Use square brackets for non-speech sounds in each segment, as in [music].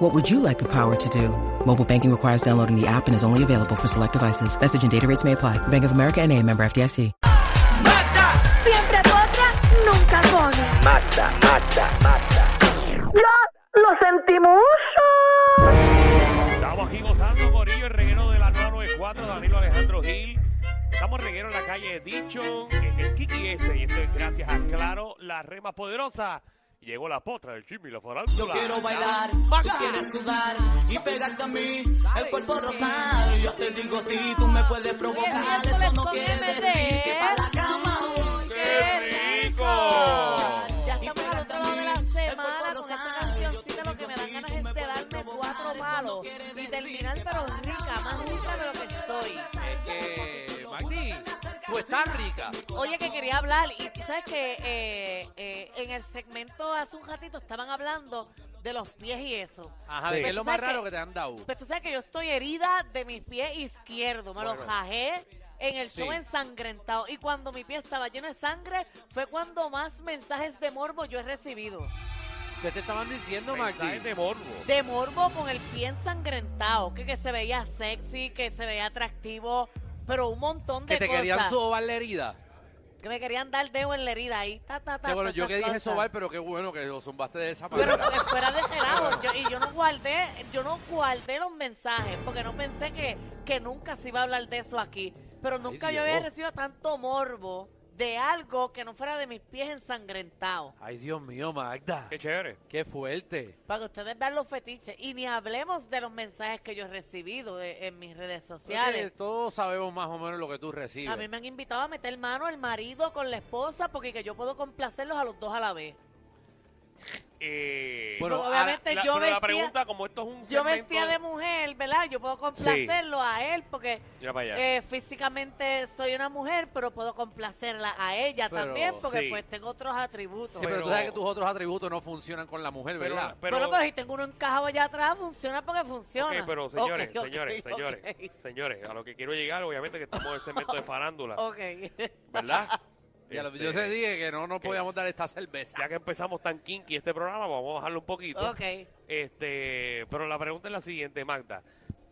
What would you like the power to do? Mobile banking requires downloading the app and is only available for select devices. Message and data rates may apply. Bank of America and a member FDIC. Siempre potra, nunca pone. ¡Lo sentimos! Estamos aquí gozando, Corillo, el reguero de la 994, Danilo Alejandro Gil. Estamos reguero en la calle Dicho, en el Kiki S. Y esto es gracias a Claro, la rema poderosa. Llegó la potra del Jimmy, la farándula. Yo quiero bailar, tú quieres sudar y pegarte a mí el cuerpo rosado. Yo te digo si tú me puedes provocar, miércoles eso no con quiere MD. decir que para la cama voy. ¡Qué rico! Ya estamos al otro lado de la semana con esta cancioncita. Lo que me dan ganas es de darme cuatro palos y terminar, pero rica, más rica de lo que estoy. Es que, Magdi, tú estás rica. Oye, que quería hablar, y tú sabes que eh, eh, en el segmento hace un ratito estaban hablando de los pies y eso. Ajá, Sí. ¿de qué es lo Pero más tú sabes raro que- que te han dado? Pues tú sabes que yo estoy herida de mis pies izquierdos. Me los Bueno. jajé en el show Sí. ensangrentado. Y cuando mi pie estaba lleno de sangre, fue cuando más mensajes de morbo yo he recibido. ¿Qué te estaban diciendo, Magdi? Mensajes de morbo. De morbo con el pie ensangrentado. Que, que se veía sexy, que se veía atractivo. Pero un montón de Que te cosas. querían sobar la herida. Que me querían dar dedo en la herida ahí. Ta, ta, ta, Sí, bueno, todas yo esas que dije cosas. sobar, pero qué bueno que lo zumbaste de esa Pero manera. porque fuera de gelado. Yo- y yo no guardé, yo no guardé los mensajes, porque no pensé que, que nunca se iba a hablar de eso aquí. Pero nunca yo había Dios. recibido tanto morbo de algo que no fuera de mis pies ensangrentados. Ay, Dios mío, Magda. Qué chévere. Qué fuerte. Para que ustedes vean los fetiches. Y ni hablemos de los mensajes que yo he recibido de- en mis redes Creo sociales. que Todos sabemos más o menos lo que tú recibes. A mí me han invitado a meter mano el marido con la esposa porque que yo puedo complacerlos a los dos a la vez. Eh, Bueno, Pero obviamente la, yo pero la vestía- pregunta, como esto es un Yo segmento- vestía de mujer, ¿verdad? Yo puedo complacerlo a él porque Mira para allá. eh, físicamente soy una mujer, pero puedo complacerla a ella Pero- también porque Sí. pues tengo otros atributos. Sí, pero, pero- tú sabes que tus otros atributos no funcionan con la mujer, pero, ¿verdad? pero- bueno, pero si tengo uno encajado allá atrás, funciona porque funciona. Ok, pero señores, Ok, ok, señores, ok. señores, señores, a lo que quiero llegar, obviamente, que estamos en el segmento de farándula, Ok. [laughs] ¿verdad? Ya lo- yo Este, te dije que no nos que- podíamos dar esta cerveza. ya que empezamos tan kinky este programa, vamos a bajarlo un poquito. ok. Este, pero la pregunta es la siguiente, Magda.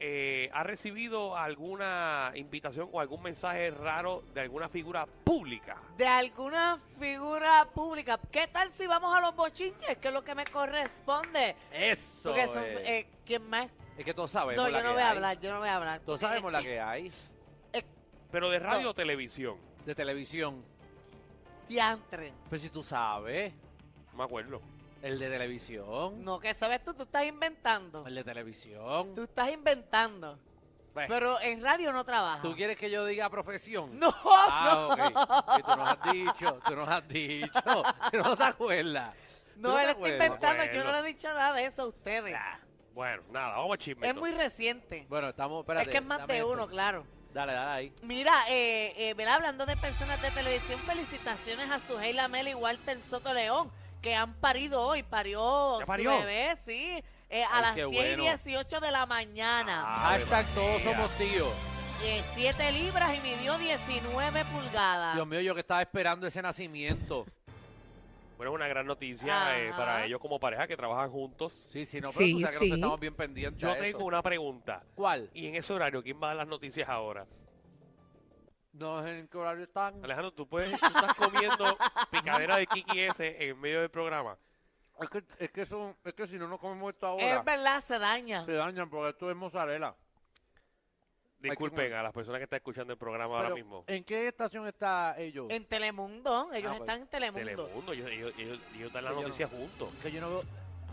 Eh, ¿Ha recibido alguna invitación o algún mensaje raro de alguna figura pública? De alguna figura pública. ¿Qué tal si vamos a los bochinches? Que es lo que me corresponde. Eso. Porque son, es. eh, ¿quién más? Es que todos sabemos No, la yo no que voy a hay. hablar, yo no voy a hablar. Eh, Todos sabemos [laughs] la que hay Pero de radio No. o televisión, de televisión. Diantre. Pues si tú sabes, no me acuerdo. el de televisión. No, que sabes tú, tú estás inventando. El de televisión. Tú estás inventando. Pues, Pero en radio no trabaja. ¿Tú quieres que yo diga profesión? No, Ah, ok. Y tú nos has dicho, tú nos has dicho. [laughs] Tú no te acuerdas. Tú no, te él está acuerdas. Ah, inventando. Yo Bueno. no le he dicho nada de eso a ustedes. Bueno, nada, vamos a chisme. es muy entonces. reciente. Bueno, estamos, espérate. es que es más dame de esto. uno, claro. Dale, dale ahí. Mira, eh, eh, ¿verdad? hablando de personas de televisión, felicitaciones a Suheila Mel y Walter Soto León, que han parido hoy, parió, su ¿Ya parió? bebé, sí, eh, a Ay, las qué 10 bueno. Ah. y 18 de la mañana, Ave Hashtag todos María. somos tíos. 7 libras y midió 19 pulgadas. Dios mío, yo que estaba esperando ese nacimiento. Bueno, es una gran noticia eh, Ajá. para ellos como pareja que trabajan juntos. Sí, sí, no, pero Sí, tú sabes que sí. nosotros estamos bien pendientes. Yo a eso. tengo una pregunta. ¿Cuál? Y en ese horario, ¿quién va a dar las noticias ahora? No es en qué horario están. Alejandro, tú puedes, tú estás comiendo picadera de Kiki S en medio del programa. Es que, es que, son, es que si no nos comemos esto ahora, es verdad, se daña. se dañan porque esto es mozzarella. que Disculpen comer. a las personas que están escuchando el programa ahora Pero, mismo. ¿En qué estación está eh, ellos? En Telemundo, ellos Ah, pues, están en Telemundo. Telemundo, ellos, ellos, ellos, ellos dan las Yo no- noticias juntos. Que yo no veo,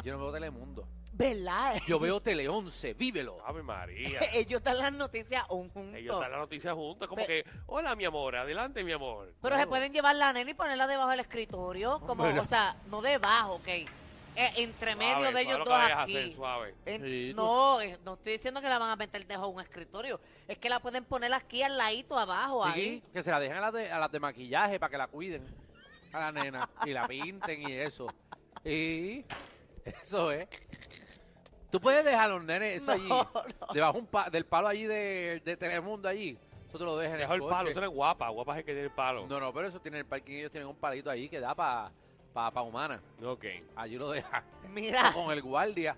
yo no veo Telemundo. ¿Verdad? Yo veo Tele 11, vívelo. Ave [laughs] María. ellos dan las noticias un ellos juntos. dan las noticias juntos. Como Pe- que, hola, mi amor, adelante, mi amor. Pero se pueden llevar la nena y ponerla debajo del escritorio, como, Bueno. o sea, no debajo, ok. Eh, entre Suave, medio de suave ellos lo que dos vayas a aquí. hacer, suave. En- Sí, tú- no, eh, no estoy diciendo que la van a meter debajo de un escritorio. Es que la pueden poner aquí al ladito abajo, Chiqui, ahí. que se la dejan a las de, a las de maquillaje para que la cuiden a la nena y la pinten y eso. Y eso es. Tú puedes dejar a los nenes eso No, allí, debajo un pa- del palo allí de, de Telemundo allí. Eso te lo dejas en el, Deja el coche. palo, eso no es guapa. Guapa es el que tiene el palo. No, no, pero eso tiene el parking, ellos tienen un palito ahí que da para pa, pa humana. Ok. Allí lo dejan. [laughs] Mira. O con el guardia.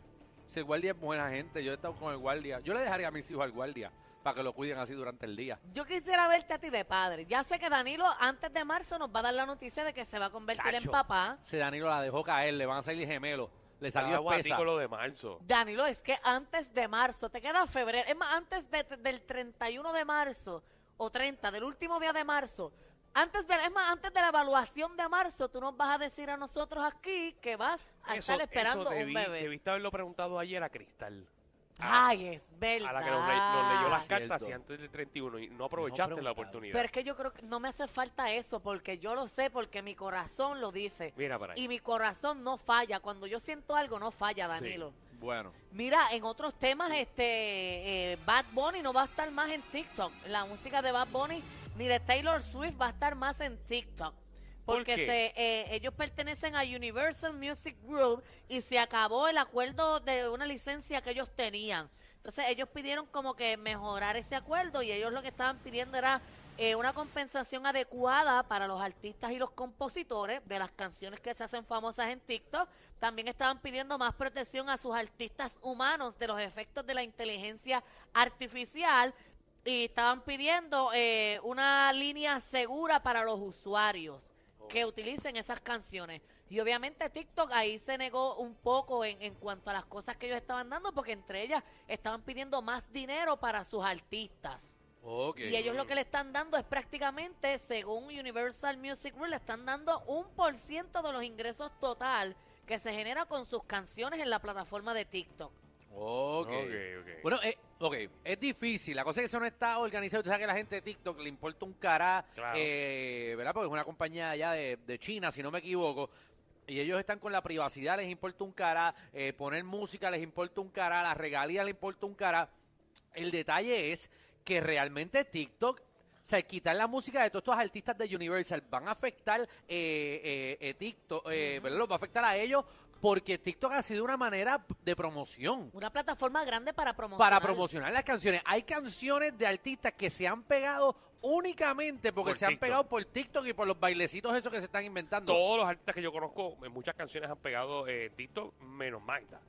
Si el guardia es buena gente, yo he estado con el guardia. Yo le dejaría a mis hijos al guardia para que lo cuiden así durante el día. Yo quisiera verte a ti de padre. Ya sé que Danilo antes de marzo nos va a dar la noticia de que se va a convertir en Chacho. papá. Se Danilo la dejó caer, le van a salir gemelos. Le salió espesa. guatico lo de marzo. Danilo, es que antes de marzo, te queda febrero, es más, antes de- del 31 de marzo o 30, del último día de marzo, antes de, es más, antes de la evaluación de marzo, tú nos vas a decir a nosotros aquí que vas a estar Ah, esperando eso un debí, bebé. Debiste haberlo preguntado ayer a Cristal. Ay, es verdad. Ah, A la que nos, le- nos leyó las Cierto. cartas y antes del 31 y no aprovechaste la preguntado. oportunidad. Pero es que yo creo que no me hace falta eso, porque yo lo sé, porque mi corazón lo dice. Mira para ahí. Y mi corazón no falla. Cuando yo siento algo, no falla, Danilo. Bueno, Mira, en otros temas, este eh, Bad Bunny no va a estar más en TikTok. La música de Bad Bunny ni de Taylor Swift va a estar más en TikTok. ¿Por Porque qué? se, eh, ellos pertenecen a Universal Music Group y se acabó el acuerdo de una licencia que ellos tenían. Entonces ellos pidieron como que mejorar ese acuerdo y ellos lo que estaban pidiendo era eh, una compensación adecuada para los artistas y los compositores de las canciones que se hacen famosas en TikTok. También estaban pidiendo más protección a sus artistas humanos de los efectos de la inteligencia artificial y estaban pidiendo eh, una línea segura para los usuarios que utilicen esas canciones. Y obviamente TikTok ahí se negó un poco en, en cuanto a las cosas que ellos estaban dando, porque entre ellas estaban pidiendo más dinero para sus artistas. ok. Y ellos lo que le están dando es prácticamente, según Universal Music Group, le están dando un por ciento de los ingresos total que se genera con sus canciones en la plataforma de TikTok. Ok. Ok, ok. Bueno, eh, ok, es difícil. La cosa es que eso no está organizado. Tú sabes que a la gente de TikTok le importa un cará, Claro. eh, ¿verdad? Porque es una compañía allá de, de China, si no me equivoco. Y ellos están con la privacidad, les importa un cará. eh, poner música les importa un cará. Las regalías les importa un cará. El detalle es que realmente TikTok. O sea, quitar la música de todos estos artistas de Universal van a afectar eh, eh, eh, TikTok, eh, ¿verdad? Los va a afectar a ellos porque TikTok ha sido una manera de promoción Una plataforma grande para promocionar. para promocionar las canciones. Hay canciones de artistas que se han pegado únicamente porque Por se han TikTok. pegado por TikTok y por los bailecitos esos que se están inventando. Todos los artistas que yo conozco, en muchas canciones han pegado eh, TikTok, menos Magda.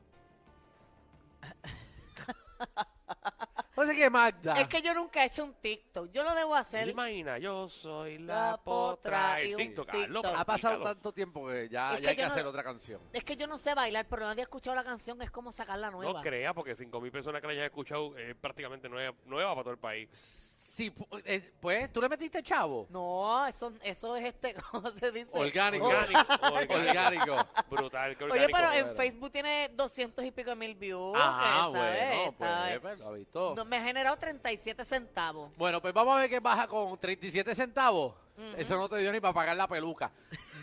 No sé qué Magda. Es que yo nunca he hecho un TikTok. Yo lo debo ¿Te hacer. imaginas? Yo soy La la potra potra. y El un TikTok, TikTok. hazlo, ha pasado practícalo. tanto tiempo que ya, Es ya que hay que yo no- hacer otra canción. Es que yo no sé bailar, pero nadie ha escuchado la canción, es como sacar la nueva. No crea, porque 5.000 personas que la hayan escuchado es prácticamente nueva, nueva para todo el país. Sí, pu- eh, pues, ¿tú le metiste chavo? No, eso, eso es este, [laughs] ¿cómo se dice? Orgánico. Orgánico. [laughs] Orgánico. Brutal. qué Oye, orgánico. pero en Facebook tiene 200 y pico mil views. eh, Ah, ¿sabes? bueno, pues, ¿sabes? pues, lo ha visto. No, me ha generado 37 centavos. Bueno, pues vamos a ver qué baja con 37 centavos. Eso no te dio ni para pagar la peluca.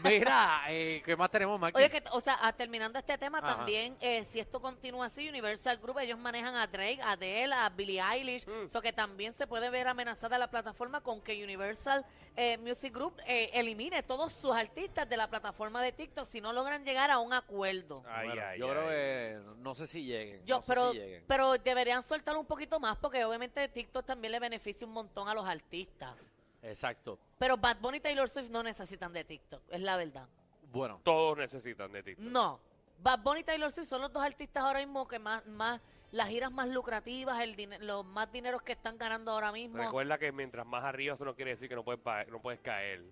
Mira, eh, ¿qué más tenemos, Maki? Oye, que, o sea, ah, terminando este tema, Ajá. también, eh, si esto continúa así, Universal Group, ellos manejan a Drake, a Adele, a Billie Eilish, o Mm. sea, que también se puede ver amenazada la plataforma con que Universal eh, Music Group eh, elimine todos sus artistas de la plataforma de TikTok si no logran llegar a un acuerdo. Ay, Bueno, ay, yo creo ay. que no sé si lleguen. Yo, no sé pero, si lleguen. pero deberían soltar un poquito más porque obviamente TikTok también le beneficia un montón a los artistas. Exacto. Pero Bad Bunny y Taylor Swift no necesitan de TikTok, es la verdad. Bueno, Todos necesitan de TikTok. No. Bad Bunny y Taylor Swift son los dos artistas ahora mismo que más, más las giras más lucrativas, el dine- los más dineros que están ganando ahora mismo. Recuerda que mientras más arriba, eso no quiere decir que no puedes, pa- no puedes caer.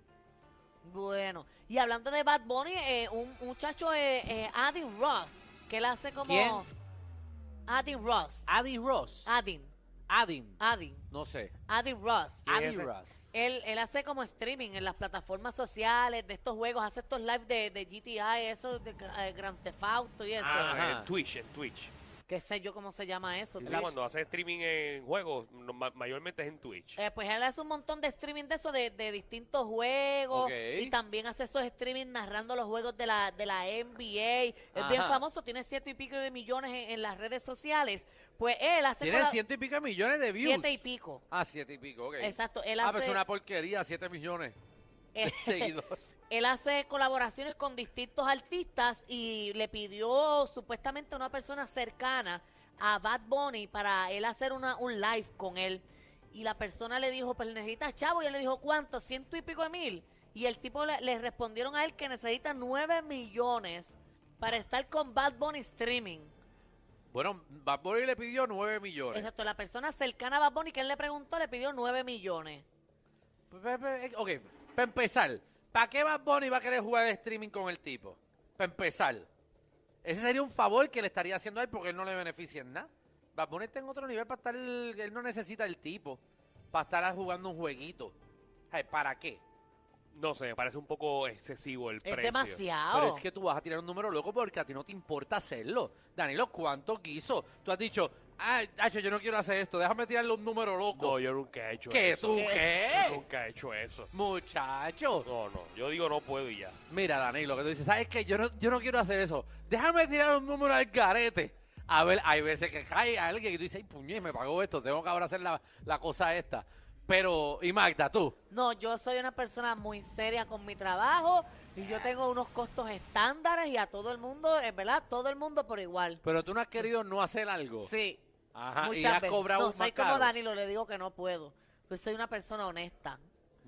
Bueno, y hablando de Bad Bunny, eh, un un muchacho, eh, eh, Adin Ross, que él hace como... ¿Quién? Adin Ross. Adi Ross. Adin, Adin. Adin, No sé. Adin Ross. ¿Quién Adi es ese? Ross. Él, él hace como streaming en las plataformas sociales de estos juegos, hace estos live de, de GTA, eso, de eh, Grand Theft Auto y eso. Ah, Ajá. en Twitch, en Twitch. qué sé yo cómo se llama eso. Sí, Twitch. cuando hace streaming en juegos, no- ma- mayormente es en Twitch. Eh, pues él hace un montón de streaming de eso, de, de distintos juegos. Ok. Y también hace esos streaming narrando los juegos de la, de la NBA. Es Ajá. bien famoso, tiene ciento y pico de millones en, en las redes sociales. Pues él hace. Tiene colab- ciento y pico de millones de views. siete y pico. Ah, siete y pico, ok. Exacto, él Ah, hace- pero es una porquería, siete millones de [laughs] seguidores. Él hace colaboraciones con distintos artistas y le pidió supuestamente a una persona cercana a Bad Bunny para él hacer una, un live con él. Y la persona le dijo, pues necesitas chavo. Y él le dijo, ¿cuánto? Ciento y pico de mil. Y el tipo le, le respondieron a él que necesita nueve millones para estar con Bad Bunny streaming. Bueno, Bad Bunny le pidió nueve millones. Exacto, la persona cercana a Bad Bunny que él le preguntó le pidió nueve millones. Pe- pe- pe- eh, Ok, para empezar, ¿para qué Bad Bunny va a querer jugar streaming con el tipo? Para empezar, ese sería un favor que le estaría haciendo a él porque él no le beneficia en nada. Bad Bunny está en otro nivel para estar, él no necesita el tipo para estar jugando un jueguito. Ay, ¿Para qué? No sé, me parece un poco excesivo el Es precio. demasiado. Pero es que tú vas a tirar un número loco porque a ti no te importa hacerlo. Danilo, ¿cuánto quiso? Tú has dicho, ay, Nacho, yo no quiero hacer esto, déjame tirarle un número loco. No, yo nunca he hecho ¿Qué eso. tú qué? Yo nunca he hecho eso. Muchacho. No, no, yo digo no puedo y ya. Mira, Danilo, que tú dices, ¿sabes qué? Yo no, yo no quiero hacer eso. Déjame tirar un número al carete. A ver, hay veces que cae alguien y tú dices, ay, puñet, me pagó esto, tengo que ahora hacer la, la cosa esta. Pero, y Magda, tú, No, yo soy una persona muy seria con mi trabajo y yo tengo unos costos estándares y a todo el mundo, es verdad, todo el mundo por igual. pero tú no has querido no hacer algo. Sí. Ajá, y muchas has veces. cobrado no, más soy como caro. Danilo, le digo que no puedo. Pues soy una persona honesta.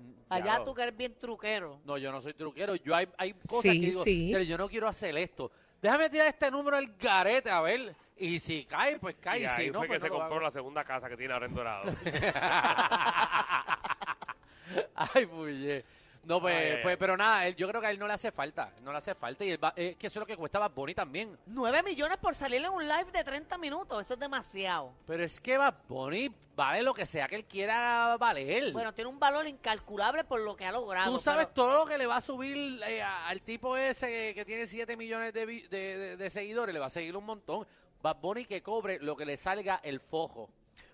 Ya Allá lo- tú que eres bien truquero. No, yo no soy truquero. Yo hay, hay cosas Sí, que digo, sí. "Pero yo no quiero hacer esto. Déjame tirar este número al garete, a ver. Y si cae, pues cae. y Y, ahí si no, fue pues que se no lo compró hago. la segunda casa que tiene ahora en [laughs] Dorado. [laughs] Ay, puye. No, pues, Ay, ay, ay. pues, pero nada, él- yo creo que a él no le hace falta. No le hace falta. Y él va- es que eso es lo que cuesta Bad Bunny también. Nueve millones por salir en un live de 30 minutos, eso es demasiado. Pero es que Bad Bunny vale lo que sea que él quiera valer. Bueno, tiene un valor incalculable por lo que ha logrado. Tú sabes pero- todo lo que le va a subir eh, a- al tipo ese que tiene 7 millones de, vi- de- de- de seguidores, le va a seguir un montón. Bad Bunny que cobre lo que le salga el fojo.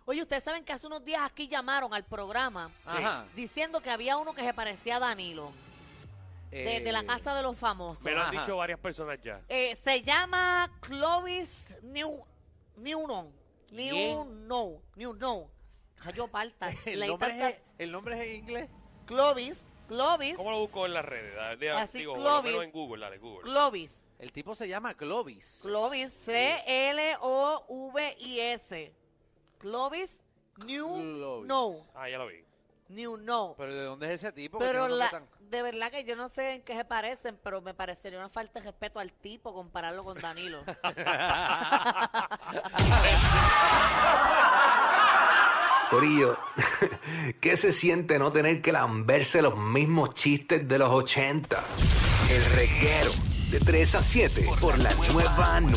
Oye, ustedes saben que hace unos días aquí llamaron al programa Ajá. diciendo que había uno que se parecía a Danilo, de, de la Eh, Casa de los Famosos. Me lo han Ajá. dicho varias personas ya. Eh, se llama Clovis New Newton. ¿Quién? New No. New No. Cayó palta. [laughs] [laughs] El Leí nombre, tanta- es, e, el nombre es en inglés. Clovis. Clovis. ¿Cómo lo busco en las redes? Dale, dale, Así, digo, por lo Clovis. menos en Google, dale, Google. Clovis. El tipo se llama Clovis. Clovis. C-L-O-V-I-S. Clovis New Clovis. No. Ah, ya lo vi. New No. Pero ¿de dónde es ese tipo? Que Pero tiene un la, nombre tan- de verdad que yo no sé en qué se parecen, pero me parecería una falta de respeto al tipo compararlo con Danilo. [laughs] [laughs] Corillo, [laughs] ¿qué se siente no tener que lamberse los mismos chistes de los 80? El reguero de 3 a 7 por la nueva 9.